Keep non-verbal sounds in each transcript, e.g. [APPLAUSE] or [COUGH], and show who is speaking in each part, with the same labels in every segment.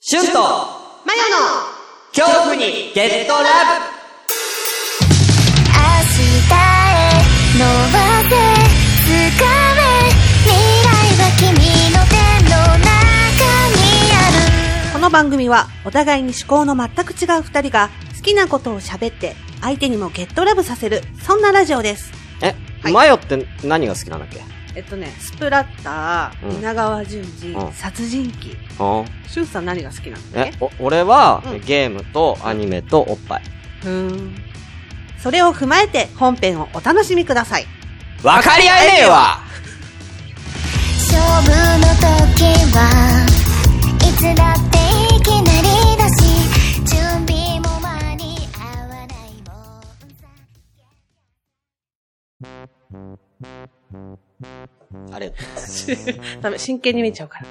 Speaker 1: シュンと
Speaker 2: マヨの
Speaker 1: 恐怖にゲッ
Speaker 3: 明日へ伸
Speaker 1: トラブ
Speaker 3: ばせ掴め未来は君の手の中にある
Speaker 2: この番組はお互いに思考の全く違う二人が好きなことを喋って相手にもゲットラブさせるそんなラジオです。
Speaker 1: え、
Speaker 2: はい
Speaker 1: マヨって何が好きなんだっけ
Speaker 2: えっとね、スプラッタ
Speaker 1: うん
Speaker 2: ー、稲川淳二、
Speaker 1: うん
Speaker 2: 殺人鬼。
Speaker 1: うん
Speaker 2: シュンさん何が好きなんだっ
Speaker 1: え
Speaker 2: け、
Speaker 1: お俺は、
Speaker 2: うん
Speaker 1: ゲームとアニメとおっぱい。
Speaker 2: ふーん。それを踏まえて本編をお楽しみくだ [LAUGHS] さい。
Speaker 1: わかり合えねえわ
Speaker 3: 勝負の時はいつだっていきなりだし準備も間に合わないもんさ
Speaker 1: あれ、
Speaker 2: ダメ、真剣に見ちゃうから。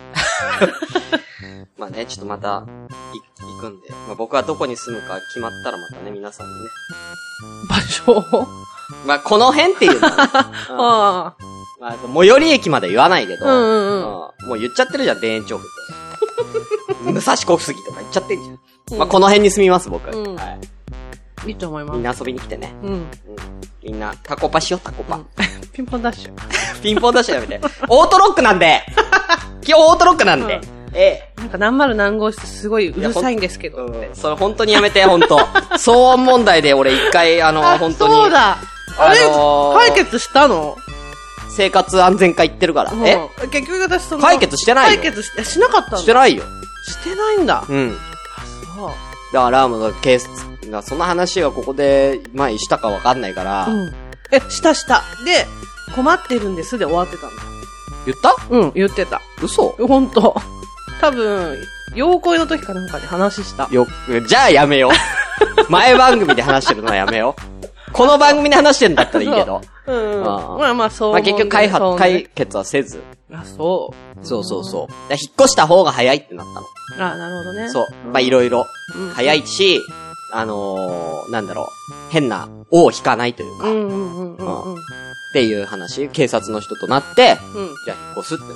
Speaker 1: まあね、ちょっとまた、い、行くんで。まあ僕はどこに住むか決まったらまたね、皆さんにね。
Speaker 2: 場所を
Speaker 1: まあこの辺っていう
Speaker 2: [LAUGHS]
Speaker 1: のは
Speaker 2: あ
Speaker 1: ね、うん
Speaker 2: あ。
Speaker 1: まあ最寄り駅まで言わないけど、
Speaker 2: うんうんうん
Speaker 1: うんもう言っちゃってるじゃん、田園調
Speaker 2: [LAUGHS]
Speaker 1: 布って。武蔵小杉とか言っちゃってんじゃん。まあこの辺に住みます、僕。
Speaker 2: うん
Speaker 1: はい。
Speaker 2: いいと思いま
Speaker 1: みん
Speaker 2: す。
Speaker 1: な遊びに来てね。
Speaker 2: うん。
Speaker 1: みんな、タコパしよう、タコパ。
Speaker 2: ピンポンダッシュ。
Speaker 1: ピンポン出しちゃやめて。オートロックなんで今日オートロックなんで、
Speaker 2: うん
Speaker 1: え
Speaker 2: なんか何丸何号室すごいうるさいんですけ
Speaker 1: え。
Speaker 2: ど。
Speaker 1: うん、それ本当にやめて、 [LAUGHS] 本当騒音問題で俺一回、あの、
Speaker 2: あ
Speaker 1: 本当に。
Speaker 2: そうだ。あれ、
Speaker 1: あのー
Speaker 2: 解決したの
Speaker 1: 生活安全課行ってるから。え
Speaker 2: もう結局私その。
Speaker 1: 解決してないよ
Speaker 2: 解決ししなかったんだ。
Speaker 1: してないよ。
Speaker 2: してないんだ。
Speaker 1: うん。
Speaker 2: そう。
Speaker 1: だから、もう、ケースが、その話がここで、前にしたかわかんないから、
Speaker 2: うん。え、したした。で、困ってるんですで終わってたんだ。
Speaker 1: 言った
Speaker 2: うん、言ってた。
Speaker 1: 嘘
Speaker 2: ほんと。多分、陽恋の時かなんかで話した。
Speaker 1: よ、じゃあやめよ
Speaker 2: [LAUGHS]
Speaker 1: う。前番組で話してるのはやめよう。この番組で話してんだったらいいけど。
Speaker 2: うんうん。
Speaker 1: ああ
Speaker 2: まあまあ、そう
Speaker 1: まあ、結局解発、解
Speaker 2: 解。
Speaker 1: 決はせず。
Speaker 2: あ、そう。
Speaker 1: そうそうそう。だから引っ越した方が早いってなったの。
Speaker 2: あ、なるほどね。
Speaker 1: そう。まあ、いろいろ。
Speaker 2: うん。うん
Speaker 1: 早いし、あのー、なんだろう。変な、尾を引かないという
Speaker 2: う
Speaker 1: か、っ
Speaker 2: んうんうんうん。うん。
Speaker 1: ていう話、警察の人となって、じゃあ引っ越すってなっ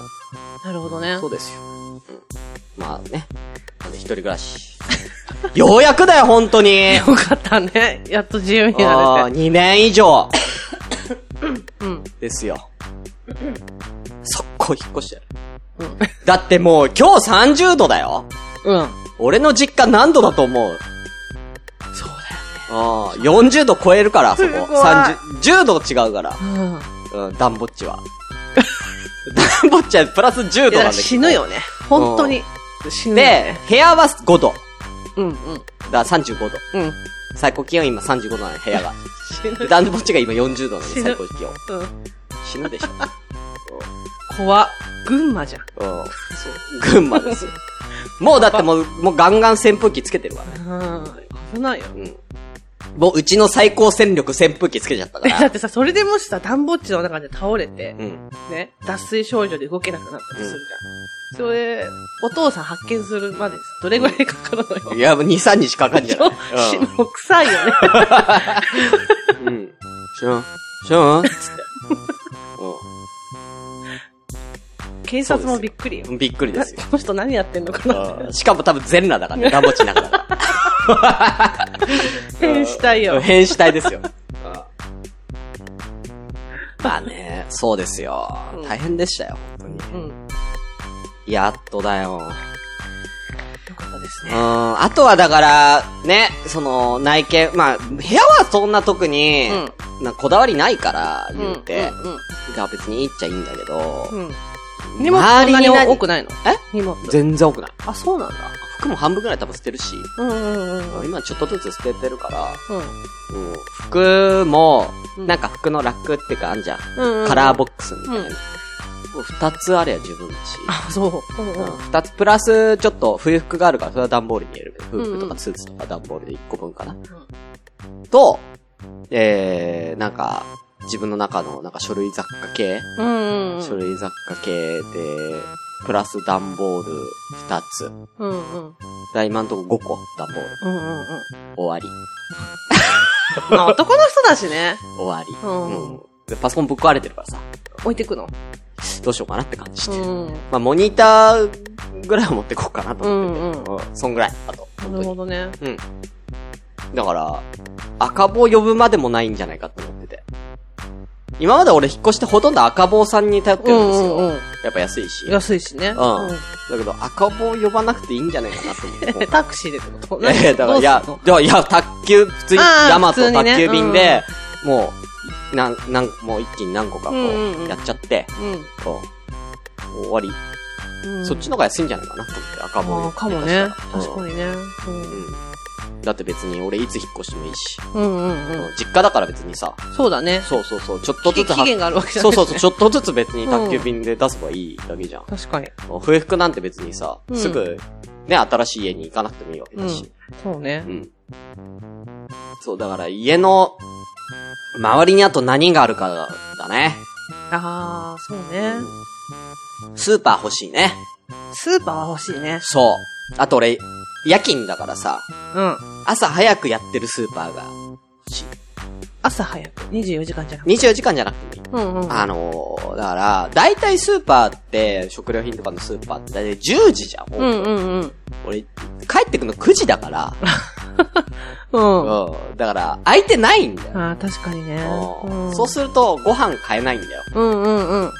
Speaker 2: なるほど
Speaker 1: た。
Speaker 2: ね
Speaker 1: そ。うですよ。うん。まあね。なんで一人暮らし。 [LAUGHS] ようやくだよ、本
Speaker 2: [LAUGHS]
Speaker 1: 当に。
Speaker 2: よかったね。やっと自由に
Speaker 1: あ
Speaker 2: な
Speaker 1: ー
Speaker 2: れ
Speaker 1: 2年以上。
Speaker 2: て。うん。
Speaker 1: ですよ。速攻引っ越してやる。
Speaker 2: うん。
Speaker 1: だってもう今日30度だよ。
Speaker 2: うん。
Speaker 1: 俺の実家何度だと思う
Speaker 2: そう
Speaker 1: ああ、40度超えるから、そこ。
Speaker 2: すごい
Speaker 1: 30、10度違うから、
Speaker 2: だよ。うん。
Speaker 1: うん、ダンボ
Speaker 2: [LAUGHS]
Speaker 1: ッチは。ダンボッチはプラス10
Speaker 2: い
Speaker 1: 度なん
Speaker 2: や
Speaker 1: だけど。
Speaker 2: 死ぬ。よね。本当に。死ぬよ
Speaker 1: で
Speaker 2: ね。、
Speaker 1: 部屋は5度。
Speaker 2: うんうん。
Speaker 1: だから35度。
Speaker 2: うん。
Speaker 1: 最高気温今35度なの、部屋が。
Speaker 2: 死ぬ
Speaker 1: でダンボッチが今40度なの、
Speaker 2: 死ぬ
Speaker 1: 最高気温。
Speaker 2: うん。
Speaker 1: 死ぬでしょ。
Speaker 2: 怖っ。群馬じゃん。
Speaker 1: うん。そう。群馬ですよ。もうだってもう、もうガンガン扇風機つけてるわね。
Speaker 2: うん。危ないよ。
Speaker 1: うん。もううちの最高戦力扇風機つけちゃったか
Speaker 2: え、 [LAUGHS] だっ
Speaker 1: ら。
Speaker 2: てさ、それでもしさ、ダンボッチの中で倒れて、
Speaker 1: うん。
Speaker 2: ね、脱水症状で動けなくなったりするじゃん。それ、お父さん発見するまでさ、どれぐらいかかるのよ。
Speaker 1: いや、もう2、3日かかんじゃない
Speaker 2: [LAUGHS] 死ぬもう臭いよね。
Speaker 1: うん。知らん。知らんつって。
Speaker 2: [LAUGHS] 警察もびっくりよ
Speaker 1: う。ん。びっくりで
Speaker 2: な
Speaker 1: す
Speaker 2: こ
Speaker 1: よ。
Speaker 2: の人何やってんのかなっ
Speaker 1: うんしかも多分全裸だからね。ダンボッチながら。
Speaker 2: て。 [LAUGHS] 変したいよ。
Speaker 1: 変死体ですよ。まあね、そうですよ
Speaker 2: うん。
Speaker 1: 大変でしたよ、本当に。
Speaker 2: うん。よ
Speaker 1: やっとだよ。
Speaker 2: かったです
Speaker 1: う
Speaker 2: ね。
Speaker 1: ん。あとはだから、ね、その、内見、まあ、部屋はそんな特に、なこだわりないから、
Speaker 2: うん。
Speaker 1: 言うて。だから別にいいっちゃいいんだけ
Speaker 2: う、ん。
Speaker 1: ど
Speaker 2: うん。うん。荷物そんなに
Speaker 1: 周りに
Speaker 2: 多くないの
Speaker 1: え
Speaker 2: 荷物。
Speaker 1: 全然多くない。
Speaker 2: あ、そうなんだ。
Speaker 1: 服も半分くらい多分捨てるし、
Speaker 2: うんうんうんうん。
Speaker 1: 今ちょっとずつ捨ててるから、
Speaker 2: うん。
Speaker 1: うん服
Speaker 2: う
Speaker 1: も、
Speaker 2: ん
Speaker 1: なんか服のラックっていうかあんじゃん。
Speaker 2: うんうん。
Speaker 1: カラーボックスみたいな。
Speaker 2: うん
Speaker 1: もう二つあれば十分だし。
Speaker 2: あ、そう。うん
Speaker 1: う
Speaker 2: うん
Speaker 1: ん二つ、プラス、ちょっと冬服があるから、それは段ボールに入れる。冬服と
Speaker 2: うんう
Speaker 1: か
Speaker 2: ん
Speaker 1: スーツとか段ボールで一個分かな。と、えー、なんか、自分の中の、なんか書類雑貨系、
Speaker 2: うんうん。
Speaker 1: 書類雑貨系で、プラス段ボール二つ。だか
Speaker 2: うんうん。
Speaker 1: ら今んとこ五個、段ボール。
Speaker 2: うんうんうん。
Speaker 1: 終わり。
Speaker 2: まあ男の人だしね。
Speaker 1: 終わり。
Speaker 2: うん
Speaker 1: うんでパソコンぶっ壊れてるからさ。
Speaker 2: 置いてくの。
Speaker 1: どうしようかなって感じ
Speaker 2: う
Speaker 1: で。
Speaker 2: ん。
Speaker 1: まあ、モニターぐらいは持ってこうかなと
Speaker 2: う
Speaker 1: 思
Speaker 2: んうん
Speaker 1: って。。うんそんぐらい、あと。
Speaker 2: なるほどね。
Speaker 1: だから、赤棒呼ぶまでもないんじゃないかと思ってて。今まで俺引っ越してほとんど赤棒さんに頼って
Speaker 2: う
Speaker 1: るんです
Speaker 2: ん
Speaker 1: よ。
Speaker 2: うんうん。
Speaker 1: やっぱ安いし。だ
Speaker 2: 安いしね。うん
Speaker 1: けど赤棒呼ばなくていいんじゃないかなと思って。今回
Speaker 2: タクシーでってこと
Speaker 1: いやいや、だから、いや
Speaker 2: どうすんの、
Speaker 1: でもいや、宅急、普通に、
Speaker 2: あー
Speaker 1: ヤマ
Speaker 2: 普
Speaker 1: ト
Speaker 2: 通にね
Speaker 1: 宅急便で、もう、なん、なん、もう一気に何個かこ
Speaker 2: うんうんう
Speaker 1: う、
Speaker 2: ん
Speaker 1: やっちゃって、こう、終わり。
Speaker 2: うん。うん
Speaker 1: そっちの方が安いんじゃないかなと思って、赤
Speaker 2: あ
Speaker 1: 棒。
Speaker 2: ーかもね。
Speaker 1: うん
Speaker 2: 確かにね。
Speaker 1: うん。だって別に俺いつ引っ越してもいいし、
Speaker 2: うん。うんうんうん。
Speaker 1: 実家だから別にさ、
Speaker 2: そうだね。
Speaker 1: そうそうそう、ちょっとず
Speaker 2: 期
Speaker 1: つ
Speaker 2: 期限があるわけじゃな
Speaker 1: そ
Speaker 2: いうし
Speaker 1: そ
Speaker 2: ね
Speaker 1: うそう、ちょっとずつ別に宅急便で出せばいいだけじゃん。
Speaker 2: 確かに。
Speaker 1: 冬服なんて別にさ、
Speaker 2: うん
Speaker 1: すぐ、ね、新しい家に行かなくてもいいわけだし。
Speaker 2: そうね
Speaker 1: う。ん。そう、だから家の、周りにあと何があるかだね。
Speaker 2: ああ、そうね。
Speaker 1: スーパー欲しいね。
Speaker 2: スーパーは欲しいね。
Speaker 1: そう。あと俺、夜勤だからさ、
Speaker 2: うん。
Speaker 1: 朝早くやってるスーパーが欲し
Speaker 2: 朝早く。24時間じゃなくて。
Speaker 1: い。24時間じゃなくてもいい。
Speaker 2: うんうん。
Speaker 1: あのー、だから、大体スーパーって、食料品とかのスーパーって大体10時じゃん。もう
Speaker 2: うんうんうん。
Speaker 1: 俺、帰ってくの9時だから、
Speaker 2: うん。あ
Speaker 1: うん。だから、空いてないんだよ。
Speaker 2: あ、確かにね。
Speaker 1: うん
Speaker 2: ん
Speaker 1: そうすると、ご飯買えないんだよ。
Speaker 2: うんうんうん。
Speaker 1: うん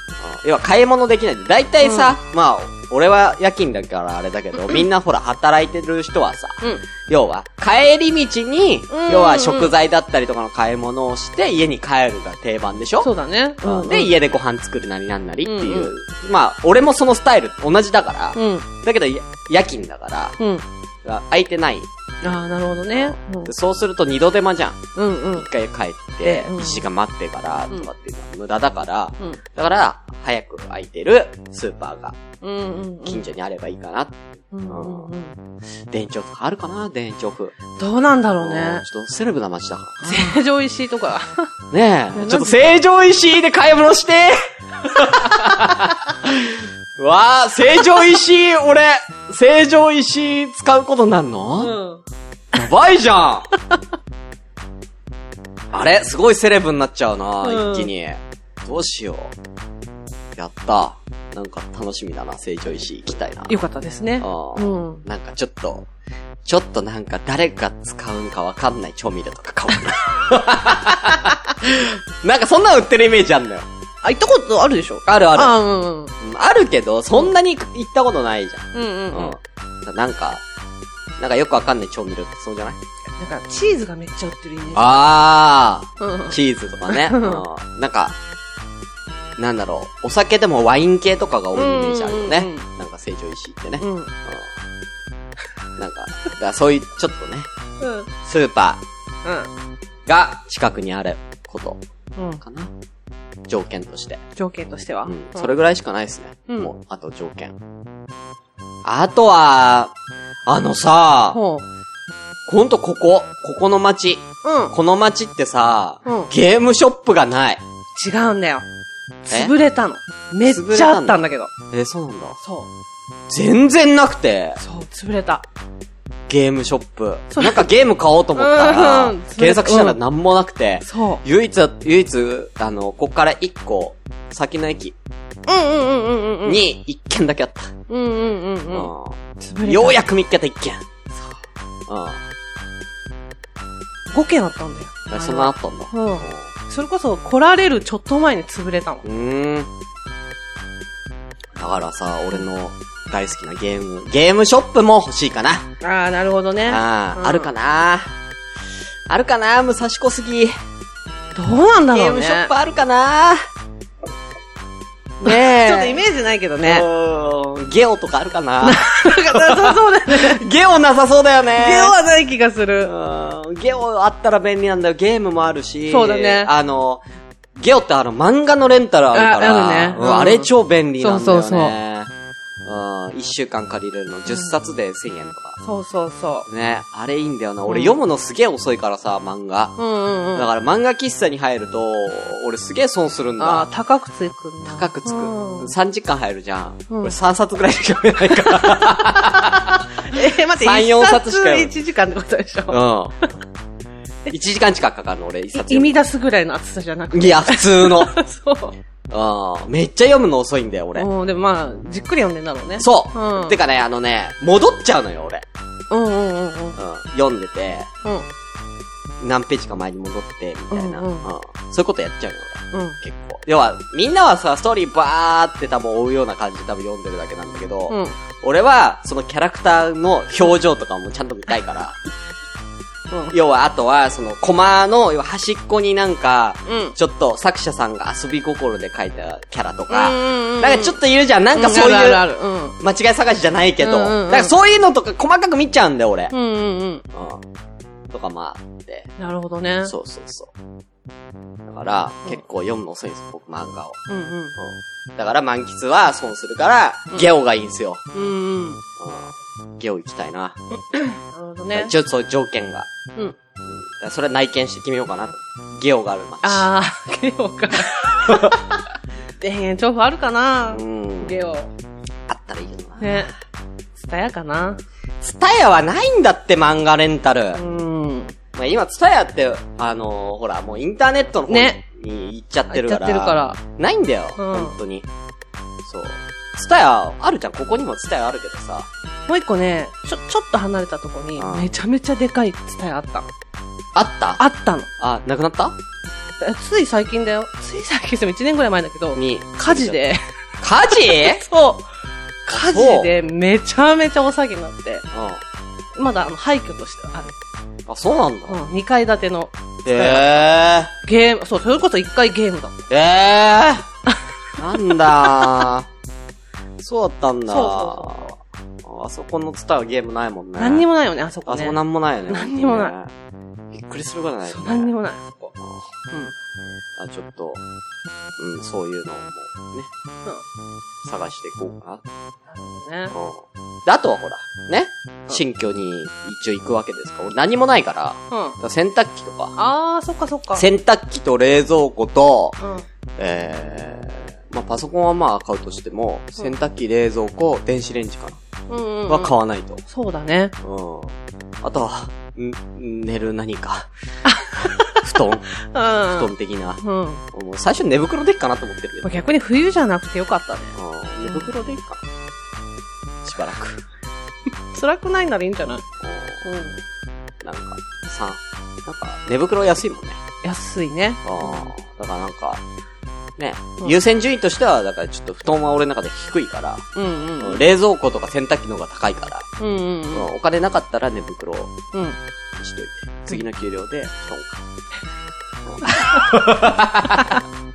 Speaker 1: 要は買い物できない。だいたいさ、まあ、俺は夜勤だからあれだけど、みんなほら働いてる人はさ、
Speaker 2: うん
Speaker 1: 要は帰り道に、
Speaker 2: んうん
Speaker 1: 要は食材だったりとかの買い物をして家に帰るが定番でしょ
Speaker 2: そうだね。うんうん
Speaker 1: で、、家でご飯作るなりなんなりっていう。
Speaker 2: う
Speaker 1: まあ、俺もそのスタイル同じだか
Speaker 2: う
Speaker 1: ら、
Speaker 2: ん
Speaker 1: だけどや夜勤だから、
Speaker 2: うん。
Speaker 1: 空いてない。
Speaker 2: ああ、なるほどね。うん
Speaker 1: でそうすると二度手間じゃん。
Speaker 2: うんうん
Speaker 1: 一。回帰って、
Speaker 2: うん
Speaker 1: 一時間待ってからとかっていうのは無駄だから、
Speaker 2: うん
Speaker 1: だから、早く空いてるスーパーが
Speaker 2: うんうんうん。
Speaker 1: 近所にあればいいかな。
Speaker 2: うんうんうん
Speaker 1: 電池オフあるかな電池オフ。
Speaker 2: どうなんだろう
Speaker 1: う
Speaker 2: ね
Speaker 1: ん。ちょっとセレブな街だか
Speaker 2: 成城石井とか。
Speaker 1: ら。ね
Speaker 2: ね
Speaker 1: え。ちょっと成城石井で買い物して
Speaker 2: [LAUGHS]
Speaker 1: わあ、成城石井、俺、成城石井使うことになる
Speaker 2: [LAUGHS]
Speaker 1: の、
Speaker 2: ん。
Speaker 1: やばいじゃんあれすごいセレブになっちゃうな、
Speaker 2: うん
Speaker 1: 一気に。どうしよう。やった。なんか楽しみだな、成長石行きたいな。
Speaker 2: よかったですね。
Speaker 1: あ
Speaker 2: う
Speaker 1: ー
Speaker 2: ん。
Speaker 1: なんかちょっと、ちょっとなんか誰が使うんかわかんない調味料とか買お
Speaker 2: [LAUGHS]
Speaker 1: うな。なんかそんなの売ってるイメージあんのよ。
Speaker 2: あ、行ったことあるでしょ
Speaker 1: あるある。うん
Speaker 2: あうんうん。
Speaker 1: あるけど、そんなに行ったことないじゃん。
Speaker 2: うんうんうん。
Speaker 1: うん。なんか、なんかよくわかんない調味料ってそうじゃない
Speaker 2: なんか、チーズがめっちゃ売ってるイメージ。
Speaker 1: あー。
Speaker 2: うんうん。
Speaker 1: チーズとか
Speaker 2: [LAUGHS]
Speaker 1: ね。
Speaker 2: う
Speaker 1: うんんなんか、なんだろう、お酒でもワイン系とかが多いイメージあるよ
Speaker 2: うんうん
Speaker 1: ね
Speaker 2: う。
Speaker 1: なんか成城石井ってね。
Speaker 2: うん。うん。
Speaker 1: うんなんか、だからそういう、ちょっとね、スーパーが近くにあること
Speaker 2: うん。うん。
Speaker 1: かな。条件として。
Speaker 2: 条件としては。
Speaker 1: うん。それぐらいしかないですね。
Speaker 2: うん
Speaker 1: もう、あと条件。あとは、あのさ、
Speaker 2: ほう。
Speaker 1: ほんとここ、ここの街。
Speaker 2: うん。
Speaker 1: この街ってさ
Speaker 2: うん、
Speaker 1: ゲームショップがない。
Speaker 2: 違うんだよ。
Speaker 1: え
Speaker 2: 潰れたの。めっちゃあったんだけど。
Speaker 1: え、そうなんだ。
Speaker 2: そう。
Speaker 1: 全然なくて。
Speaker 2: そう、潰れた。
Speaker 1: ゲームショップ。なんかゲーム買おうと思った
Speaker 2: う
Speaker 1: ら
Speaker 2: んうん、
Speaker 1: 検索したら何もなくて、
Speaker 2: そ
Speaker 1: 唯一、唯一、あの、こっから1個、先の駅
Speaker 2: う。うんうんうんうんうん。
Speaker 1: に1軒だけあった。
Speaker 2: うんうんうんうん。
Speaker 1: う
Speaker 2: 潰れ
Speaker 1: ん
Speaker 2: た。
Speaker 1: ようやく見つけた1軒。うん。
Speaker 2: 5件あったんだよ。
Speaker 1: えそんなあったんだ。
Speaker 2: うん。それこそ来られるちょっと前に潰れたの
Speaker 1: う。ーん。だからさ、俺の大好きなゲーム、ゲームショップも欲しいかな。
Speaker 2: ああ、なるほどね。
Speaker 1: あ
Speaker 2: うん
Speaker 1: あ、あるかな。あるかな武蔵小杉。
Speaker 2: どうなんだ
Speaker 1: ゲ
Speaker 2: ろ
Speaker 1: ー
Speaker 2: うね。
Speaker 1: ムショップあるか
Speaker 2: [LAUGHS]
Speaker 1: なねえ。
Speaker 2: ちょっとイメージないけどね。
Speaker 1: うーんゲオとかあるかな
Speaker 2: なんかそう [LAUGHS] そうだね。
Speaker 1: ゲオなさそうだよね。
Speaker 2: [LAUGHS] ゲオはない気がする。
Speaker 1: うーんゲオあったら便利なんだよ。ゲームもあるし。
Speaker 2: そうだね
Speaker 1: あの、ゲオってあの漫画のレンタルあるから。
Speaker 2: ああるね
Speaker 1: うん
Speaker 2: うん
Speaker 1: あれ超便利なんだ
Speaker 2: そ
Speaker 1: よ
Speaker 2: う
Speaker 1: ね。
Speaker 2: そうそう
Speaker 1: うん一週間借りれるの10冊で1000円とか。
Speaker 2: そうそうそ
Speaker 1: ね。あれいいんだよな。俺
Speaker 2: うん
Speaker 1: 読むのすげえ遅いからさ、漫画。
Speaker 2: う。うんうんうん。
Speaker 1: だ
Speaker 2: あ
Speaker 1: から漫画喫茶に入ると、俺すげえ損するんだ。
Speaker 2: あー、高くつくんだ。
Speaker 1: 高くつく。
Speaker 2: うん
Speaker 1: 3時間入るじゃん。
Speaker 2: うん
Speaker 1: 俺3冊ぐらいしか読めないから。
Speaker 2: [LAUGHS] えー、待って、
Speaker 1: 三
Speaker 2: 1
Speaker 1: 四
Speaker 2: 冊
Speaker 1: 冊しかよ
Speaker 2: 1時間ってことでしょ。
Speaker 1: うん。1時間近くかかるの、俺、一冊
Speaker 2: 意
Speaker 1: 読む。
Speaker 2: 味出すぐらいの厚さじゃなくて。
Speaker 1: いや、普通の。
Speaker 2: [LAUGHS] そう。
Speaker 1: ああ、めっちゃ読むの遅いんだよ、俺。
Speaker 2: うん、でもまあ、じっくり読んでんだろうね。
Speaker 1: そう、
Speaker 2: ん。
Speaker 1: て、かね、あのね、戻っちゃうのよ、俺。
Speaker 2: うんうんうんうん。
Speaker 1: うん。読んでて、
Speaker 2: うん。
Speaker 1: 何ページか前に戻って、みたいな、
Speaker 2: うんうん
Speaker 1: そういうことやっちゃうよ、
Speaker 2: うん。
Speaker 1: 俺。結構。要は、みんなはさ、ストーリーバーって多分追うような感じで多分読んでるだけなんだけど、
Speaker 2: うん。
Speaker 1: 俺は、そのキャラクターの表情とかもちゃんと見たいから。
Speaker 2: う
Speaker 1: 要は、あとは、その、コマの、要は端っこになんか、
Speaker 2: ん。
Speaker 1: ちょっと作者さんが遊び心で描いたキャラと
Speaker 2: うん
Speaker 1: か、
Speaker 2: うんうん。
Speaker 1: なんかちょっ
Speaker 2: と、
Speaker 1: といるじゃん。なんかそう
Speaker 2: あ
Speaker 1: い
Speaker 2: るあ
Speaker 1: う、
Speaker 2: るある。うん。
Speaker 1: 間違い探しじゃないけど、
Speaker 2: うんうんうん
Speaker 1: なんかそういうのとか細かく見ちゃうんだよ、俺。う。
Speaker 2: うんんうんうん。
Speaker 1: とかまあ、って。
Speaker 2: なるほどね。
Speaker 1: そうそうそう。だから、結構読むの遅いんですよ、僕漫画を。
Speaker 2: う。うんうん。
Speaker 1: うん。だから満喫は損するから、ゲオがいいんすよ。
Speaker 2: うんうん。な
Speaker 1: うん。ゲオ行きたいな。
Speaker 2: るほどね。
Speaker 1: ちょっとそういう条件が。
Speaker 2: うん
Speaker 1: だからそれ内見して決めようかなと。ゲオがある街。
Speaker 2: あー、ゲオか。で、調布あるかな
Speaker 1: うん。
Speaker 2: ゲオ。
Speaker 1: あったらいいけどな。
Speaker 2: ね。ツタヤかな
Speaker 1: ツタヤはないんだって漫画レンタル。
Speaker 2: うん。
Speaker 1: まあ今ツタヤって、あのー、ほら、もうインターネットの方に
Speaker 2: ね
Speaker 1: に行っちゃってるから。
Speaker 2: 行っちゃってるから
Speaker 1: ないんだよ、
Speaker 2: うん
Speaker 1: 本当に。そう。ツタヤあるじゃん、ここにもツタヤあるけどさ。
Speaker 2: もう一個ね、ちょ、ちょっと離れたとこに
Speaker 1: う、ん
Speaker 2: めちゃめちゃでかいツタヤあったの。
Speaker 1: あった
Speaker 2: あったの。
Speaker 1: あ、なくなった
Speaker 2: えつい最近だよ。つい最近でも1年ぐらい前だけど、
Speaker 1: に。
Speaker 2: 火事。で、
Speaker 1: 火事
Speaker 2: そう。火事でめちゃめちゃ大騒ぎになって、
Speaker 1: う
Speaker 2: まだあの廃墟としてある。
Speaker 1: ん。あ、そうなんだ。
Speaker 2: うん、2階建ての
Speaker 1: へー。
Speaker 2: ゲーム、そう、それこそ1階ゲームだもん。
Speaker 1: ええー、なんだー [LAUGHS] そうだったんだ
Speaker 2: そう
Speaker 1: あそこのツタはゲームないもんね。
Speaker 2: 何にもないよね、あそこ
Speaker 1: あそ
Speaker 2: ね。
Speaker 1: こなんもないよね。
Speaker 2: 何にもない
Speaker 1: 本当にね。びっくりすることないよ
Speaker 2: そ
Speaker 1: ね。
Speaker 2: う何にも
Speaker 1: ない。
Speaker 2: ない、あそこ。う
Speaker 1: あ、ちょっと、うん、そういうのもね、
Speaker 2: ん。う
Speaker 1: 探していこうか
Speaker 2: ん。なる
Speaker 1: な。
Speaker 2: ほ
Speaker 1: うん。で、あとはほら、ね、新居に一応行くわけですから、俺何もないから、だか
Speaker 2: どね。うん。
Speaker 1: ら洗濯機とか、
Speaker 2: あー、そっかそっか。
Speaker 1: 洗濯機と冷蔵庫と、
Speaker 2: うん。
Speaker 1: えー、まあ、パソコンはまあ買うとしても、洗濯機、冷蔵庫、電子レンジか
Speaker 2: うんうん、う
Speaker 1: な。
Speaker 2: ん。
Speaker 1: は買わないと。
Speaker 2: そうだね。
Speaker 1: うん。あとは、ん、寝る何
Speaker 2: [LAUGHS]
Speaker 1: か。布団、
Speaker 2: うん。
Speaker 1: 布団的な。
Speaker 2: うん。
Speaker 1: もう最初寝袋でいいかなと思ってるけど。
Speaker 2: まあ逆に冬じゃなくてよかったね。
Speaker 1: うん、寝袋でいいかな。しばらく。
Speaker 2: 辛くないならいいんじゃない
Speaker 1: うん
Speaker 2: うん。
Speaker 1: なんか、さ、なんか、寝袋安いもんね。
Speaker 2: 安いね。
Speaker 1: ああ、だからなんか、ね、
Speaker 2: うん
Speaker 1: 優先順位としては、だからちょっと布団は俺の中で低いから、
Speaker 2: うんうん。うん
Speaker 1: 冷蔵庫とか洗濯機の方が高いから、
Speaker 2: うんう
Speaker 1: うん
Speaker 2: ん。
Speaker 1: お金なかったら寝袋に
Speaker 2: うん。
Speaker 1: しといて、次の給料で布団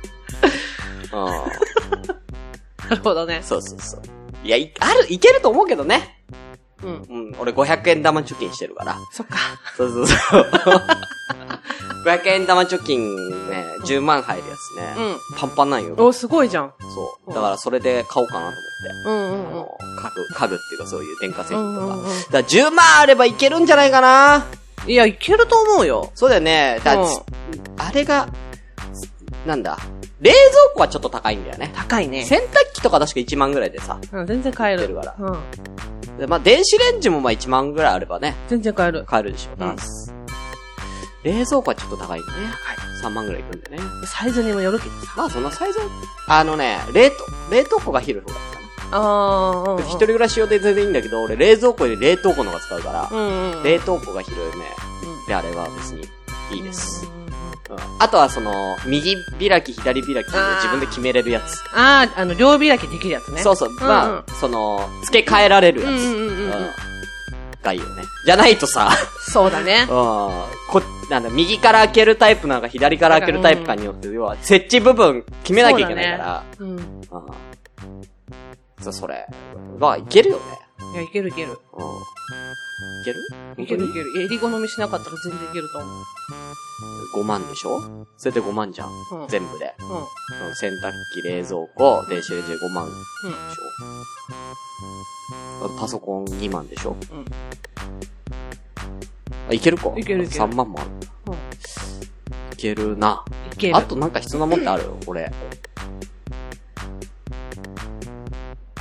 Speaker 1: 買う。うん
Speaker 2: なるほどね。
Speaker 1: そうそうそう。いや、いある、いけると思うけどね。
Speaker 2: うん。
Speaker 1: うん、俺500円玉貯金してるから。
Speaker 2: そっか。
Speaker 1: そうそうそう。500円玉貯金ね、10万入るやつね。
Speaker 2: うん。
Speaker 1: パンパンなんよ。
Speaker 2: お、すごいじゃん。
Speaker 1: そう。だからそれで買おうかなと思って。
Speaker 2: うんうん
Speaker 1: あ
Speaker 2: うん。
Speaker 1: の、家具、家具っていうかそういう電化製品とか。
Speaker 2: うんうんうん
Speaker 1: だから10万あればいけるんじゃないかない
Speaker 2: や、いけると思うよ。
Speaker 1: そうだよね。だ、
Speaker 2: うん
Speaker 1: あれが、なんだ。冷蔵庫はちょっと高いんだよね。
Speaker 2: 高いね。
Speaker 1: 洗濯機とか確か1万ぐらいでさ。
Speaker 2: うん、全然買え
Speaker 1: 売って
Speaker 2: る。
Speaker 1: るから
Speaker 2: うん。
Speaker 1: でまあ電子レンジもまあ1万ぐらいあればね、
Speaker 2: 全然買える。
Speaker 1: 買えるでしょ。
Speaker 2: うん
Speaker 1: 冷蔵庫はちょっと高いんだね。3万ぐらいいくんでね。
Speaker 2: サイズにもよるけどさ。
Speaker 1: まあそんなサイズはあのね、冷凍、冷凍庫が広い方がいいかな。
Speaker 2: あー、うんうん。
Speaker 1: 一人暮らし用で全然いいんだけど、俺冷蔵庫より冷凍庫の方が使うから、
Speaker 2: うんうん。
Speaker 1: 冷凍庫が広いね。
Speaker 2: うん
Speaker 1: で、あれは別にいいです。
Speaker 2: うんうんうん
Speaker 1: うんあとはその、右開き、左開きで自分で決めれるやつ。
Speaker 2: あー、あの、両開きできるやつね。
Speaker 1: そうそう。
Speaker 2: うんう
Speaker 1: ま
Speaker 2: ん
Speaker 1: あ、その、付け替えられるやつ。
Speaker 2: うんうんうんうん
Speaker 1: うんがいいよね。じゃないとさ、
Speaker 2: そうだね
Speaker 1: うん。こ、なんだ、右から開けるタイプなのか、左から開けるタイプかによって、要は、設置部分決めなきゃいけないから。
Speaker 2: うん。
Speaker 1: うん。そう、それ。まあ、いけるよね。
Speaker 2: いや、いけるいける。
Speaker 1: うん。いける
Speaker 2: いけるい
Speaker 1: る。
Speaker 2: ける。いや、襟好みしなかったら全然いけると思
Speaker 1: 5万でしょそれで5万じゃん。
Speaker 2: う。うん。
Speaker 1: 全部で。
Speaker 2: うん。
Speaker 1: うん洗濯機、冷蔵庫、電子レンジで5万で
Speaker 2: うん。
Speaker 1: しょあとパソコン2万でしょ
Speaker 2: うん
Speaker 1: あ、いけるか
Speaker 2: いけるいける
Speaker 1: 3万もある。
Speaker 2: うん
Speaker 1: いけるな。
Speaker 2: いける。
Speaker 1: あとなんか必要なもんってある俺。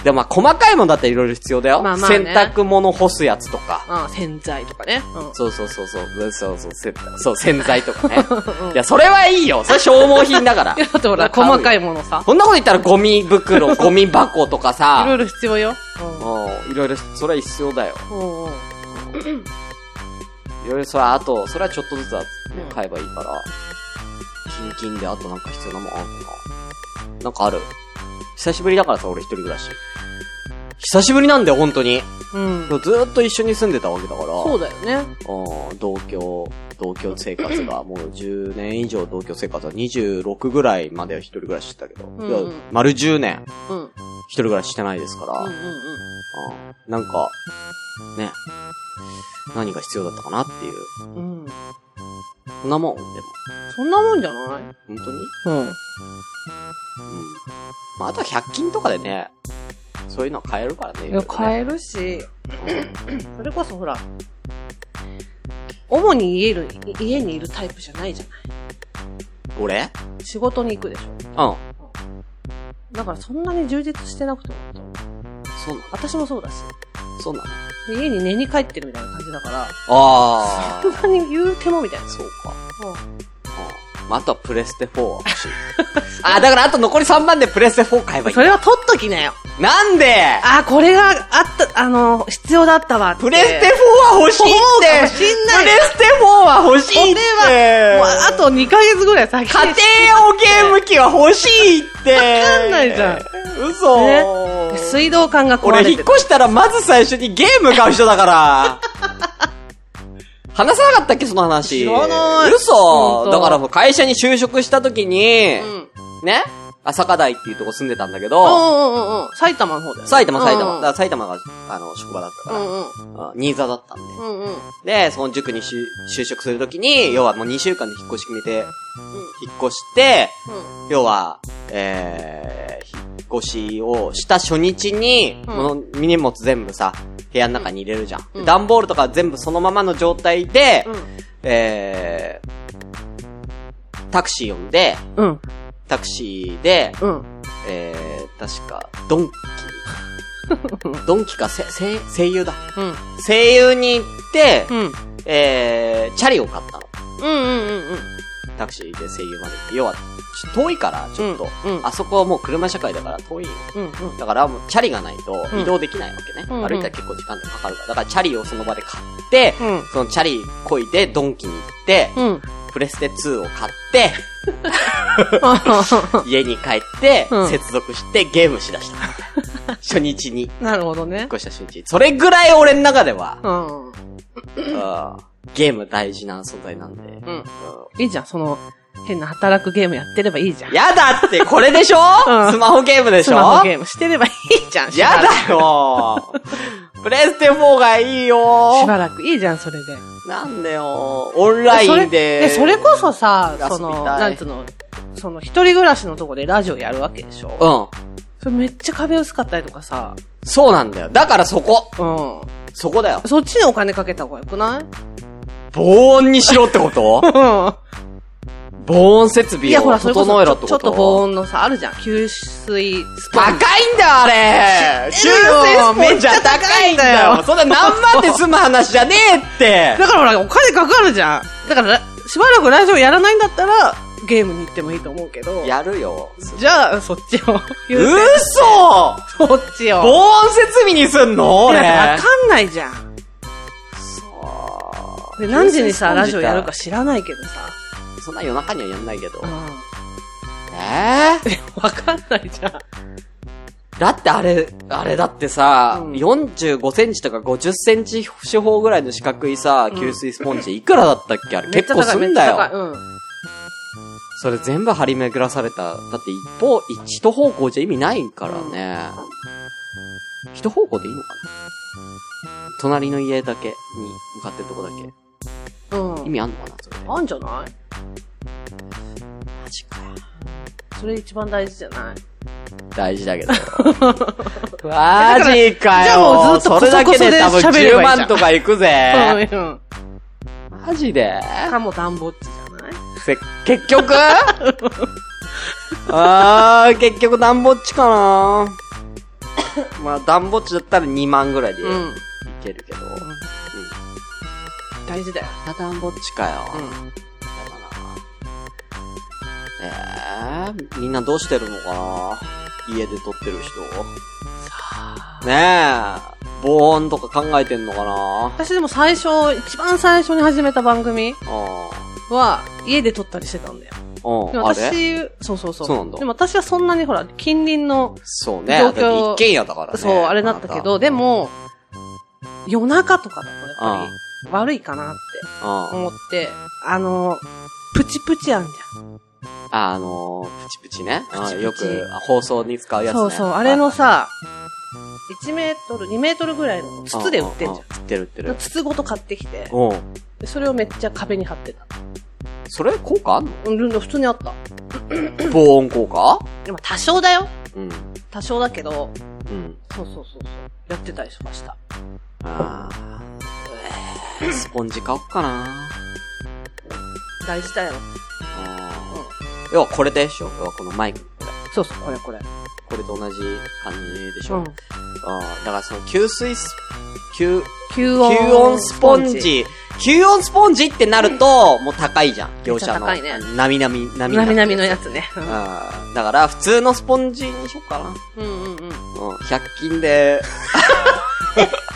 Speaker 1: でもまあ細かいもんだっていろいろ必要だよ。
Speaker 2: まあまあね
Speaker 1: 洗濯物干すやつとか。
Speaker 2: ああ洗剤とかね。うん。
Speaker 1: そうそうそうそう、そうそう、せそう洗剤と
Speaker 2: [LAUGHS]
Speaker 1: かね。いや、それはいいよ。それ消耗品だから
Speaker 2: いや。だってほら、細かいものさ。
Speaker 1: こんなこと言ったらゴミ袋、ゴミ箱と
Speaker 2: い
Speaker 1: か
Speaker 2: ろ
Speaker 1: さ。
Speaker 2: いろ必要よ。
Speaker 1: うんいろいろ、それは必要だよ。
Speaker 2: うん。うんうん。
Speaker 1: いろいろ、それはあと、それはちょっとずつはね
Speaker 2: うん
Speaker 1: 買えばいいから。キンキンであとなんか必要なもんあるかな。なんかある。久しぶりだからさ、俺一人暮らし。久しぶりなんだよ、本当に。
Speaker 2: うん
Speaker 1: ず。ーっと一緒に住んでたわけだから。
Speaker 2: そうだよね。
Speaker 1: うん同居、同居生
Speaker 2: [LAUGHS]
Speaker 1: 活が、もう10年以上同居生活は26ぐらいまでは一人暮らししてたけど、
Speaker 2: んうん
Speaker 1: いや丸10年
Speaker 2: うん。うん
Speaker 1: 一人暮らししてないですから、
Speaker 2: う
Speaker 1: うん
Speaker 2: ん
Speaker 1: なんか、ね、何が必要だったかなっていう。
Speaker 2: うん。うん。
Speaker 1: そんなもん、でも、
Speaker 2: そんなもんじゃない
Speaker 1: 本当にうん。
Speaker 2: うん。
Speaker 1: まあ、あとは100均とかでね、そういうのは買えるからね。
Speaker 2: いや、買
Speaker 1: え
Speaker 2: えるし、それこそほら、主に家いる家にいるタイプじゃないじゃな
Speaker 1: 俺
Speaker 2: い。仕事に行くでしょ。
Speaker 1: うん。
Speaker 2: だからそんなに充実してなくてもいいと思う、
Speaker 1: そうな
Speaker 2: 私もそうだし、
Speaker 1: のそうなの
Speaker 2: 家に寝に帰ってるみたいな感じだから、
Speaker 1: あ
Speaker 2: [LAUGHS] そんなに言うてもみたいな
Speaker 1: ー。。そうか。うんまあ、あとはプレステ4は欲しい。あ、だからあと残り3万でプレステ4買え
Speaker 2: [LAUGHS]
Speaker 1: ばいい
Speaker 2: そ。れは取っときなよ。
Speaker 1: なんで
Speaker 2: あー、これがあった、あの、必要だったわって。
Speaker 1: プレステ4は欲しいって
Speaker 2: 欲しんない
Speaker 1: プレステ4は欲しいって
Speaker 2: もうあと2ヶ月ぐらい先に
Speaker 1: 家庭用ゲーム機は欲しいってわ
Speaker 2: かんないじゃん。
Speaker 1: 嘘、
Speaker 2: 水道管が壊れ
Speaker 1: 俺
Speaker 2: て
Speaker 1: 引っ
Speaker 2: る。
Speaker 1: 越したらまず最初にゲーム買う人
Speaker 2: [LAUGHS]
Speaker 1: だから。話さなかったっけその話。
Speaker 2: 知らない
Speaker 1: 嘘
Speaker 2: 本当
Speaker 1: だからもう会社に就職した時に、
Speaker 2: うん。
Speaker 1: ね朝霞台っていうとこ住んでたんだけ
Speaker 2: う
Speaker 1: ど、
Speaker 2: んうんうんうん。埼玉の方だよね。
Speaker 1: 埼玉埼玉。
Speaker 2: うん
Speaker 1: だから埼玉が、あの、職場だったか
Speaker 2: う
Speaker 1: ら、
Speaker 2: んうん。
Speaker 1: あ新座だったんで。
Speaker 2: うんうん。
Speaker 1: で、その塾にし就職するときに、要はもう2週間で引っ越し決めて、引っ越して、
Speaker 2: うん。
Speaker 1: 要は、えー、引っ越しをした初日に、
Speaker 2: うん
Speaker 1: もの身荷物全部さ、部屋の中に入れるじゃん。
Speaker 2: うん
Speaker 1: で段ボールとか全部そのままの状態で、えー、タクシー呼んで、
Speaker 2: うん。
Speaker 1: タクシーで、
Speaker 2: うん。
Speaker 1: えー、確か、ドン
Speaker 2: [LAUGHS]
Speaker 1: キ、ドンキか、せ、せ、声優だ。
Speaker 2: うん。
Speaker 1: 声優に行って、
Speaker 2: うん。
Speaker 1: えー、チャリを買ったの。
Speaker 2: うんうんうん
Speaker 1: タクシーで声優まで行って。要は、ち遠いから、ちょっと、
Speaker 2: うんうん
Speaker 1: あそこはもう車社会だから遠いよ。
Speaker 2: うん。うん
Speaker 1: だから、もうチャリがないと
Speaker 2: うん
Speaker 1: 移動できないわけね。
Speaker 2: うんうん
Speaker 1: 歩いたら結構時間かかるから。だから、チャリをその場で買って、
Speaker 2: うん。うん。
Speaker 1: そのチャリこいでドンキに行って、
Speaker 2: うん。
Speaker 1: プレステ2を買って、家に帰って、
Speaker 2: うん
Speaker 1: 接続してゲームしだした。 [LAUGHS] 初日に。
Speaker 2: なるほどね
Speaker 1: 引っ。越した初日。それぐらい俺の中では、
Speaker 2: うん。
Speaker 1: うんゲーム大事な存在なんで。うん
Speaker 2: うん。いいじゃん、その、変な働くゲームやってればいいじゃん。
Speaker 1: やだって、これでしょ、
Speaker 2: うん
Speaker 1: スマホゲームでし
Speaker 2: ス
Speaker 1: ょ
Speaker 2: マホゲームしてればいいじゃん。しば
Speaker 1: や
Speaker 2: らく [LAUGHS]
Speaker 1: だよプレステ4がいい
Speaker 2: しば
Speaker 1: よ
Speaker 2: らくいいじゃん、それで。
Speaker 1: なんだよオンラインで。
Speaker 2: それえそれこそさ
Speaker 1: 遊びた、い
Speaker 2: その、なんつうの、その、一人暮らしのとこでラジオやるわけでしょ
Speaker 1: うん。
Speaker 2: それめっちゃ壁薄かったりとかさ、
Speaker 1: そうなんだよ。だからそこ
Speaker 2: うん。
Speaker 1: そこだよ。
Speaker 2: そっちにお金かけた方がよくない
Speaker 1: 防音にしろってこと
Speaker 2: [LAUGHS] う
Speaker 1: 防音設
Speaker 2: ん。
Speaker 1: 備を整えろってこと
Speaker 2: ちょっと防音のさ、あるじゃん。吸水ス
Speaker 1: 高いんだよ、あれ
Speaker 2: 知ってるよ
Speaker 1: 吸水スポンジめっちゃ高いんだ
Speaker 2: め
Speaker 1: よ
Speaker 2: っちゃ高いんだよ
Speaker 1: そんな何万で済む話じゃね
Speaker 2: [LAUGHS]
Speaker 1: えって
Speaker 2: だからほら、お金かかるじゃん。だから、しばらくラジオやらないんだったら、ゲームに行ってもいいと思うけど。
Speaker 1: やるよ。
Speaker 2: じゃあ、そっちを。言う
Speaker 1: 嘘
Speaker 2: そっちを。
Speaker 1: 防音設備にすんの
Speaker 2: い
Speaker 1: 俺。
Speaker 2: やわかんないじゃん。で、何時にさ、ラジオやるか知らないけどさ。
Speaker 1: そんな夜中にはやんないけど
Speaker 2: う。ん。
Speaker 1: ええ
Speaker 2: わかんないじゃん。
Speaker 1: だってあれ、あれだってさ、
Speaker 2: うん
Speaker 1: 45センチとか50センチ四方ぐらいの四角いさ、
Speaker 2: うん
Speaker 1: 吸水スポンジ、いくらだったっけあれ
Speaker 2: めっち
Speaker 1: 結
Speaker 2: ゃ
Speaker 1: 構
Speaker 2: 高
Speaker 1: す
Speaker 2: い、め
Speaker 1: ん
Speaker 2: っち
Speaker 1: だ
Speaker 2: ゃ高い。
Speaker 1: よ。
Speaker 2: うん。
Speaker 1: それ全部張り巡らされた。だって一方、一方向じゃ意味ないからね。一方向でいいのかな隣の家だけに向かってるとこだけ。
Speaker 2: うん。
Speaker 1: 意味あんのかなそれで。
Speaker 2: あんじゃない
Speaker 1: マジかよ。
Speaker 2: それ一番大事じゃない
Speaker 1: 大事
Speaker 2: [LAUGHS]
Speaker 1: だけど。マジかよ。
Speaker 2: じゃあもうずっと
Speaker 1: それだけ
Speaker 2: コソコソ
Speaker 1: で
Speaker 2: で
Speaker 1: 多分
Speaker 2: 喋れ
Speaker 1: 10
Speaker 2: ばいいじゃ
Speaker 1: 万
Speaker 2: ん
Speaker 1: とかいくぜ。
Speaker 2: うんうん。
Speaker 1: [LAUGHS] マジで
Speaker 2: かもダンボッチじゃない
Speaker 1: せ結局あー、結局ダンボっちかなまあ、ダンボッチだったら2万ぐらいでい
Speaker 2: うん。
Speaker 1: けるけど。
Speaker 2: 大事だよ。
Speaker 1: またダンボッチかよ。
Speaker 2: うん。
Speaker 1: ええみんなどうしてるのかな家で撮ってる人。ねえ、防音とか考えてんのかな
Speaker 2: 私でも最初、一番最初に始めた番組
Speaker 1: う
Speaker 2: は、家で撮ったりしてたんだよ。
Speaker 1: ん。う
Speaker 2: で
Speaker 1: ん。
Speaker 2: も
Speaker 1: あれ
Speaker 2: 私、そうそうそう。
Speaker 1: そうなんだ
Speaker 2: でも私はそんなにほら、近隣の、
Speaker 1: そうね。
Speaker 2: 状
Speaker 1: だ
Speaker 2: 況
Speaker 1: って一軒家だからね。
Speaker 2: そう、あれだったけど、でも、夜中とかだとやっぱり、悪いかなって
Speaker 1: あなた、うん。
Speaker 2: 思って、あの、プチプチあんじ
Speaker 1: ああのー、プチプチね。
Speaker 2: プチプチ
Speaker 1: うんよくあ放送に使う
Speaker 2: ゃん。
Speaker 1: やつね。
Speaker 2: そうそう、あれのさ、1メートル、2メートルぐらいの筒で売ってんじ
Speaker 1: ゃん。売ってる売って
Speaker 2: ゃん。
Speaker 1: る。
Speaker 2: 筒ごと買ってきて、
Speaker 1: うん。
Speaker 2: それをめっちゃ壁に貼ってた。
Speaker 1: それ効果あんの
Speaker 2: うん、普通にあった。
Speaker 1: 防音効果
Speaker 2: でも多少だよ。
Speaker 1: うん。
Speaker 2: 多少だけど、
Speaker 1: うん。
Speaker 2: そうそうそうそう。やってたりしました。
Speaker 1: ああ。え
Speaker 2: [LAUGHS]
Speaker 1: ースポンジ買おっかな。
Speaker 2: 大事だよ。
Speaker 1: うん要はこれでしょ要はこのマイク。
Speaker 2: そうそう、これこれ。
Speaker 1: これと同じ感じでし
Speaker 2: う
Speaker 1: ょ、
Speaker 2: ん。
Speaker 1: あーだからその吸水ス、吸、
Speaker 2: 吸音。
Speaker 1: 吸音スポンジ。吸音スポンジってなると、もう高いじゃん。業者の。
Speaker 2: めっちゃ高いね
Speaker 1: なみなみ、なみ
Speaker 2: なみなみの
Speaker 1: や
Speaker 2: やつね。
Speaker 1: つ。うん。だから、普通のスポンジにしよっかな。
Speaker 2: うんうんうん。
Speaker 1: うん。100均で、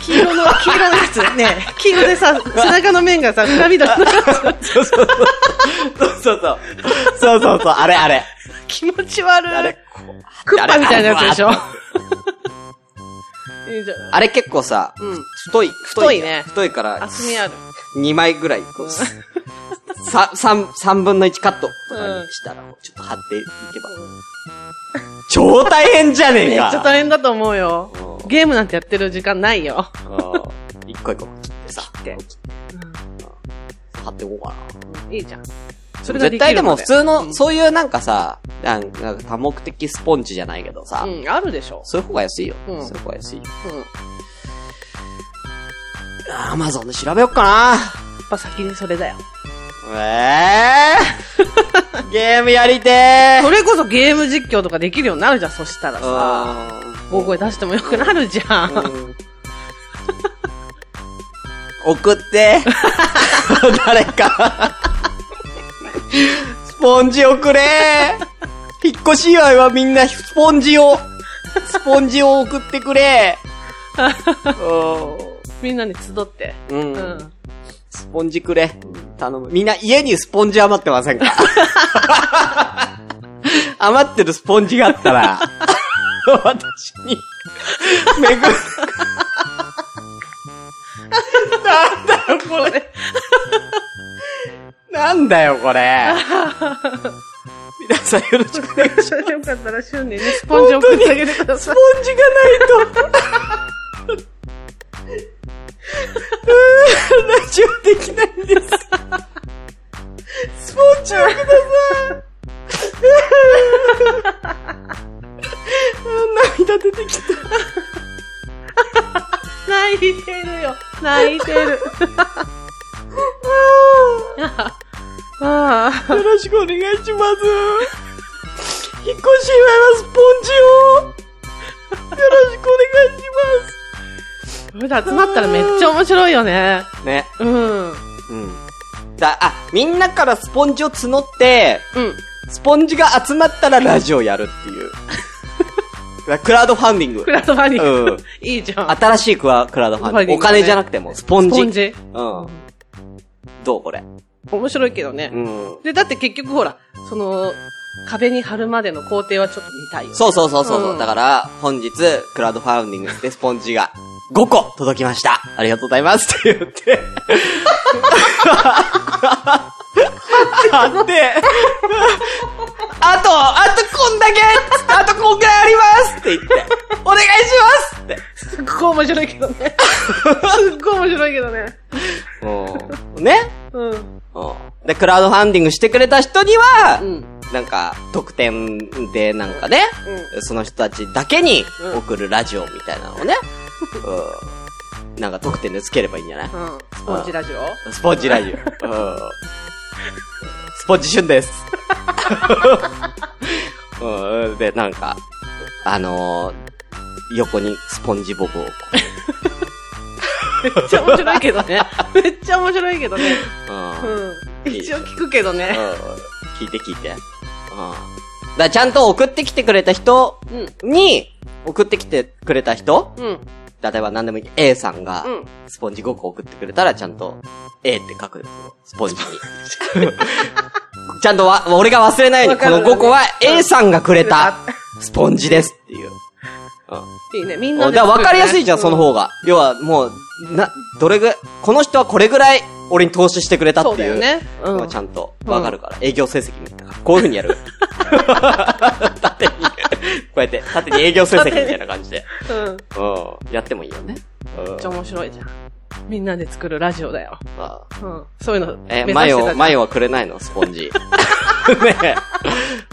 Speaker 2: 黄色の、黄色のやつね。黄色でさ、背中の面がさ、涙の
Speaker 1: そうそうそう。そうそうそう。そうそうそう。あれあれ。
Speaker 2: 気持ち悪
Speaker 1: あれ
Speaker 2: い。、クッパみたいなやつでしょ
Speaker 1: あ。
Speaker 2: いいじゃない。
Speaker 1: あれ結構さ、
Speaker 2: うん。
Speaker 1: 太い。
Speaker 2: 太いね
Speaker 1: 太いから、
Speaker 2: 厚みある。
Speaker 1: 2枚ぐらい、こう、さ、三、三分の1カットとかにしたら、ちょっと貼っていけば。超大変じゃね
Speaker 2: め
Speaker 1: え
Speaker 2: っち
Speaker 1: か
Speaker 2: ゃ大変だと思うよ
Speaker 1: う。ん
Speaker 2: ゲームなんてやってる時間ないよ。
Speaker 1: うん一個一個切ってさ、貼っていこうか
Speaker 2: いいじゃん。そ
Speaker 1: な。
Speaker 2: れが
Speaker 1: 絶対でも普通
Speaker 2: う
Speaker 1: の、
Speaker 2: ん
Speaker 1: そういうなんかさ、なんなんか多目的スポンジじゃないけどさ、
Speaker 2: うん、あるでしょ。
Speaker 1: そういう方が安いよ。
Speaker 2: うん
Speaker 1: そういう方が安いよ。
Speaker 2: うん。やっ
Speaker 1: アマゾンで調べよっか
Speaker 2: ぱ先にそれだよ。
Speaker 1: なええ
Speaker 2: [LAUGHS]
Speaker 1: ー、ゲームやりてー
Speaker 2: それこそゲーム実況とかできるようになるじゃん、そしたらさ。大声出してもよくなるじゃん。
Speaker 1: 送って。誰か。スポンジ送れ。引っ越し祝いはみんなスポンジを、スポンジを送ってくれ。
Speaker 2: みんなに集って。
Speaker 1: う。
Speaker 2: うんん。
Speaker 1: スポンジくれ。頼む。みんな家にスポンジ余ってません [LAUGHS] か余ってるスポンジがあったら、 [LAUGHS] 私に、 [LAUGHS] めぐ、
Speaker 2: これ。
Speaker 1: なんだよこ [LAUGHS] れ。皆さんよろしくお願いします。
Speaker 2: よかったら、シュンにね、スポンジ送ってあげてくだ
Speaker 1: スポ
Speaker 2: さい。
Speaker 1: ンジがないと。うーラジオできないんです。スポンジをください。涙出てきた。
Speaker 2: 泣いてるよ。泣いてる。 [LAUGHS] ああ。
Speaker 1: よろしくお願いします。引っ越し祝いはスポンジを。よろしくお願いし
Speaker 2: これで集まったらめっちゃ面白いよね。
Speaker 1: ます。ね。
Speaker 2: うん。うん。
Speaker 1: うん。だ、あ、みんなからスポンジを募って、スポンジが集まったらラジオやるっていう。だ [LAUGHS] クラウドファンディング
Speaker 2: ク。ラウドファンディング
Speaker 1: うん。
Speaker 2: いいじゃん。
Speaker 1: 新しいクラクラウドファンディング。お
Speaker 2: クラウドファンディングね
Speaker 1: 金じゃなくても、スポン
Speaker 2: ス
Speaker 1: ジ。
Speaker 2: ポンジ。
Speaker 1: うん。どうこれ。
Speaker 2: 面白いけどね。
Speaker 1: うん。
Speaker 2: で、だって結局ほら、その、壁に貼るまでの工程はちょっと見たいよ。
Speaker 1: そうそうそうそうそう。
Speaker 2: うん
Speaker 1: だから、本日、クラウドファンディングでスポンジが5個届きました。ありがとうございます。って言 [LAUGHS] って。あって、あと、あとこんだけあとこんぐらいありますって言って、お願いしますって。
Speaker 2: すっごい面白いけどね。すっごい面白いけどね。
Speaker 1: うん。ね
Speaker 2: うん。
Speaker 1: うん。で、クラウドファンディングしてくれた人には、
Speaker 2: うん。
Speaker 1: なんか、特典でなんかね、その人たちだけに
Speaker 2: うん
Speaker 1: 送るラジオみたいなのをね、うん、なんか特典でつければいいんじゃない
Speaker 2: うん。スポンジラジオ
Speaker 1: スポンジ
Speaker 2: [LAUGHS]
Speaker 1: ラジオ。うん、スポンジ旬です。うん、で、なんか、あのー横にスポンジボブをこ
Speaker 2: めっちゃ面白いけどね。めっちゃ面白いけどね。
Speaker 1: う。うん。
Speaker 2: うん。一応聞くけど
Speaker 1: うん
Speaker 2: ね。
Speaker 1: 聞いて聞いて。うん。だからちゃんと送ってきてくれた人
Speaker 2: うん。
Speaker 1: に、送ってきてくれた人
Speaker 2: うん。
Speaker 1: 例えば何でもいい。A さんが
Speaker 2: う、ん。
Speaker 1: スポンジ5個送ってくれたら、ちゃんと、A って書くんですよ。スポンジに。 [LAUGHS] ちゃんとわ、俺が忘れないように、
Speaker 2: わ
Speaker 1: こ
Speaker 2: かるわ
Speaker 1: の
Speaker 2: ね
Speaker 1: 5個は A さんがくれた
Speaker 2: くれ、
Speaker 1: スポンジですっていう。
Speaker 2: いいね。みんな
Speaker 1: だ
Speaker 2: で
Speaker 1: から
Speaker 2: 作るね。
Speaker 1: 分かりやすいじゃん、その
Speaker 2: う
Speaker 1: 方が。要は、もう、な、どれぐらい、この人はこれぐらい、俺に投資してくれた
Speaker 2: そう
Speaker 1: って
Speaker 2: だ
Speaker 1: い
Speaker 2: よ
Speaker 1: う。
Speaker 2: ね。
Speaker 1: の
Speaker 2: う
Speaker 1: が
Speaker 2: ん
Speaker 1: ち。ゃんと分かるから。営業成績みたいな。こういう風に
Speaker 2: [LAUGHS]
Speaker 1: やる。 [LAUGHS] 縦に、こうやって、縦に営業成績みたいな感じで。
Speaker 2: うん。
Speaker 1: うん。やってもいいよね。うん
Speaker 2: めっちゃ面白いじゃん。みんなで作るラジオだよ。
Speaker 1: まあ
Speaker 2: うん。そういうの目
Speaker 1: え、
Speaker 2: 指してたじゃん。
Speaker 1: マヨ、マヨはくれないのスポン [LAUGHS] ジ。ねえ。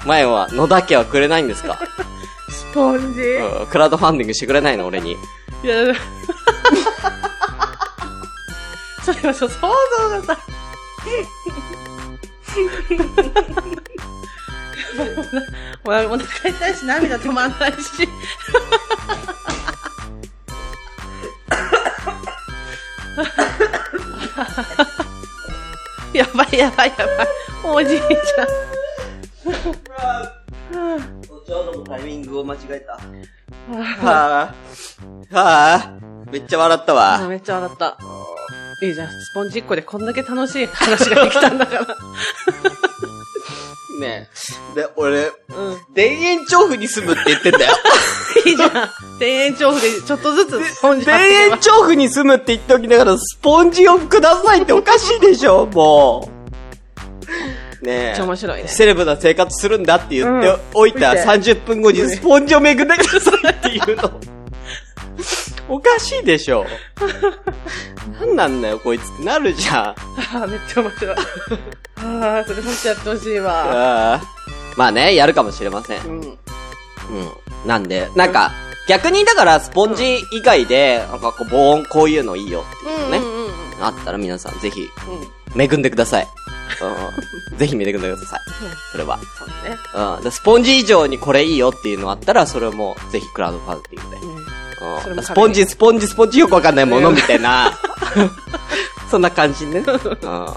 Speaker 1: マヨは、野田家はくれないんですか
Speaker 2: スポンジ
Speaker 1: うん。クラウドファンディングしてくれないの俺に。
Speaker 2: いや、 [LAUGHS] それはそう想像がさ、もうお腹痛いし涙止まんないし。 [LAUGHS] やばいやばいやばい。おじいちゃん。
Speaker 1: ちょうどのタイミングを間違えた。はぁ、はぁ、めっちゃ笑った
Speaker 2: あ、
Speaker 1: わ。
Speaker 2: めっちゃ笑った。いいじゃん。スポンジ1個でこんだけ楽しい話ができたんだから。 [LAUGHS]
Speaker 1: ねえ。で、俺、
Speaker 2: うん。
Speaker 1: 田園調布に住むって言ってんだよ。
Speaker 2: いいじゃん。田園調布でちょっとずつスポンジ
Speaker 1: 田
Speaker 2: 買ってけば
Speaker 1: 園調布に住むって言っておきながら、スポンジをくださいっておかしいでしょ、もう。ね
Speaker 2: めっちゃ面
Speaker 1: え。
Speaker 2: 白いね。
Speaker 1: セレブな生活するんだって言っておいた
Speaker 2: うん
Speaker 1: 30分後にスポンジをめぐってくださいっていうの。 [LAUGHS] おかしいでし [LAUGHS] ょ。なんなんだよ、こいつってなるじゃん。
Speaker 2: ああ、めっちゃ面白い。ああ、それほんとやってほしいわ。
Speaker 1: あーまあね、やるかもしれません。う
Speaker 2: うん。
Speaker 1: ん。なんで、なんか、逆にだから、スポンジ以外で、なんかこう、防音こういうのいいよっていうのね、
Speaker 2: うんうん。
Speaker 1: あったら皆さんぜひ、恵んでください。うん。ぜひ恵んでください。それは。
Speaker 2: そうね。
Speaker 1: うん。でスポンジ以上にこれいいよっていうのあったら、それもぜひクラウドファンディングで。
Speaker 2: そ
Speaker 1: うん
Speaker 2: れも
Speaker 1: スポンジ、スポンジ、スポンジよくわかんないものみたいな。 [LAUGHS] そんな感じね。うん。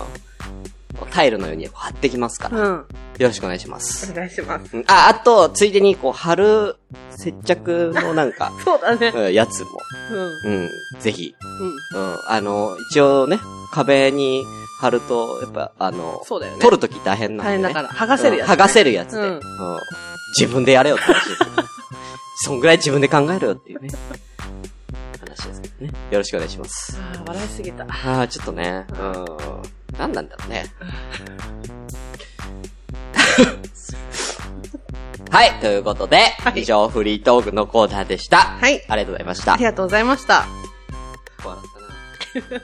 Speaker 1: タイルのように貼ってきますから。
Speaker 2: う
Speaker 1: よ
Speaker 2: ん。
Speaker 1: ろしくお願いします。
Speaker 2: お願いします。、
Speaker 1: うんあ、あと、ついでに、こう、貼る接着のなんか
Speaker 2: [LAUGHS] そうだね。
Speaker 1: うんやつも、
Speaker 2: うん。
Speaker 1: うん、ぜひ、
Speaker 2: うん。
Speaker 1: うん、あの、一応ね、壁に貼ると、やっぱ、あの、
Speaker 2: そうだよね
Speaker 1: 取るとき大変なん
Speaker 2: 大
Speaker 1: で、
Speaker 2: 変
Speaker 1: ね。
Speaker 2: だから。剥がせるやつ。
Speaker 1: うん剥がせるやつで、
Speaker 2: う
Speaker 1: うんん自分でやれよって話
Speaker 2: [LAUGHS]
Speaker 1: です。そんぐらい自分で考えろよっていうね、話ですけどね。よろしくお願いします。
Speaker 2: ああ、笑いすぎた。
Speaker 1: ああ、ちょっとね、うん、なんなんだろうね。 [LAUGHS] はい、ということで、
Speaker 2: はい
Speaker 1: 以上フリートークのコーナーでした。はいありがとうございまし
Speaker 2: あ
Speaker 1: た
Speaker 2: り。がとうございました。
Speaker 1: 笑ったな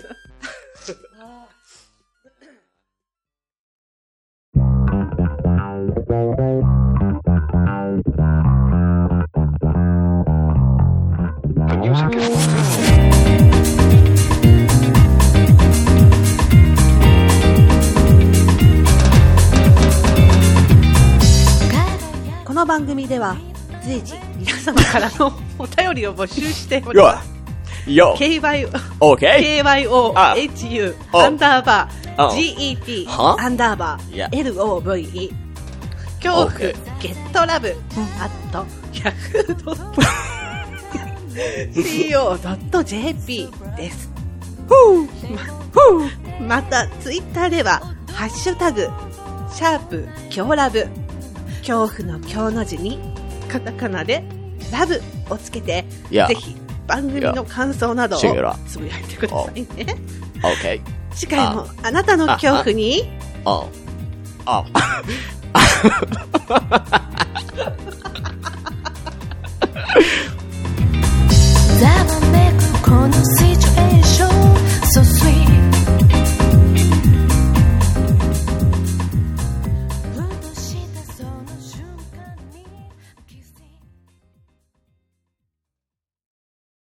Speaker 4: この番組では随時皆様
Speaker 2: 皆様からの [LAUGHS] お便りを募集しており
Speaker 1: よ
Speaker 2: ます。
Speaker 1: よ
Speaker 2: KYO、
Speaker 1: オーケ
Speaker 2: KYO、
Speaker 1: あ
Speaker 2: HU、
Speaker 1: お
Speaker 2: アンダーバ
Speaker 1: あ
Speaker 2: ー、GET、
Speaker 1: は
Speaker 4: アンダーバ
Speaker 1: いや
Speaker 4: ー LOVE
Speaker 2: 恐怖、
Speaker 1: OK
Speaker 2: ゲットラブ、アット、100.co.jp です。また、ツイッターでは、
Speaker 4: ハッシュタグシャープ強ラブ恐怖の強の字に
Speaker 2: カタカナで、ラブをつけて、
Speaker 1: いや
Speaker 2: ぜひ、番組の感想などを
Speaker 1: いやシングラ
Speaker 2: つぶやいてくださいね。
Speaker 1: ーオーケー
Speaker 2: 次回も、あなたの恐怖に、
Speaker 1: オー。オー。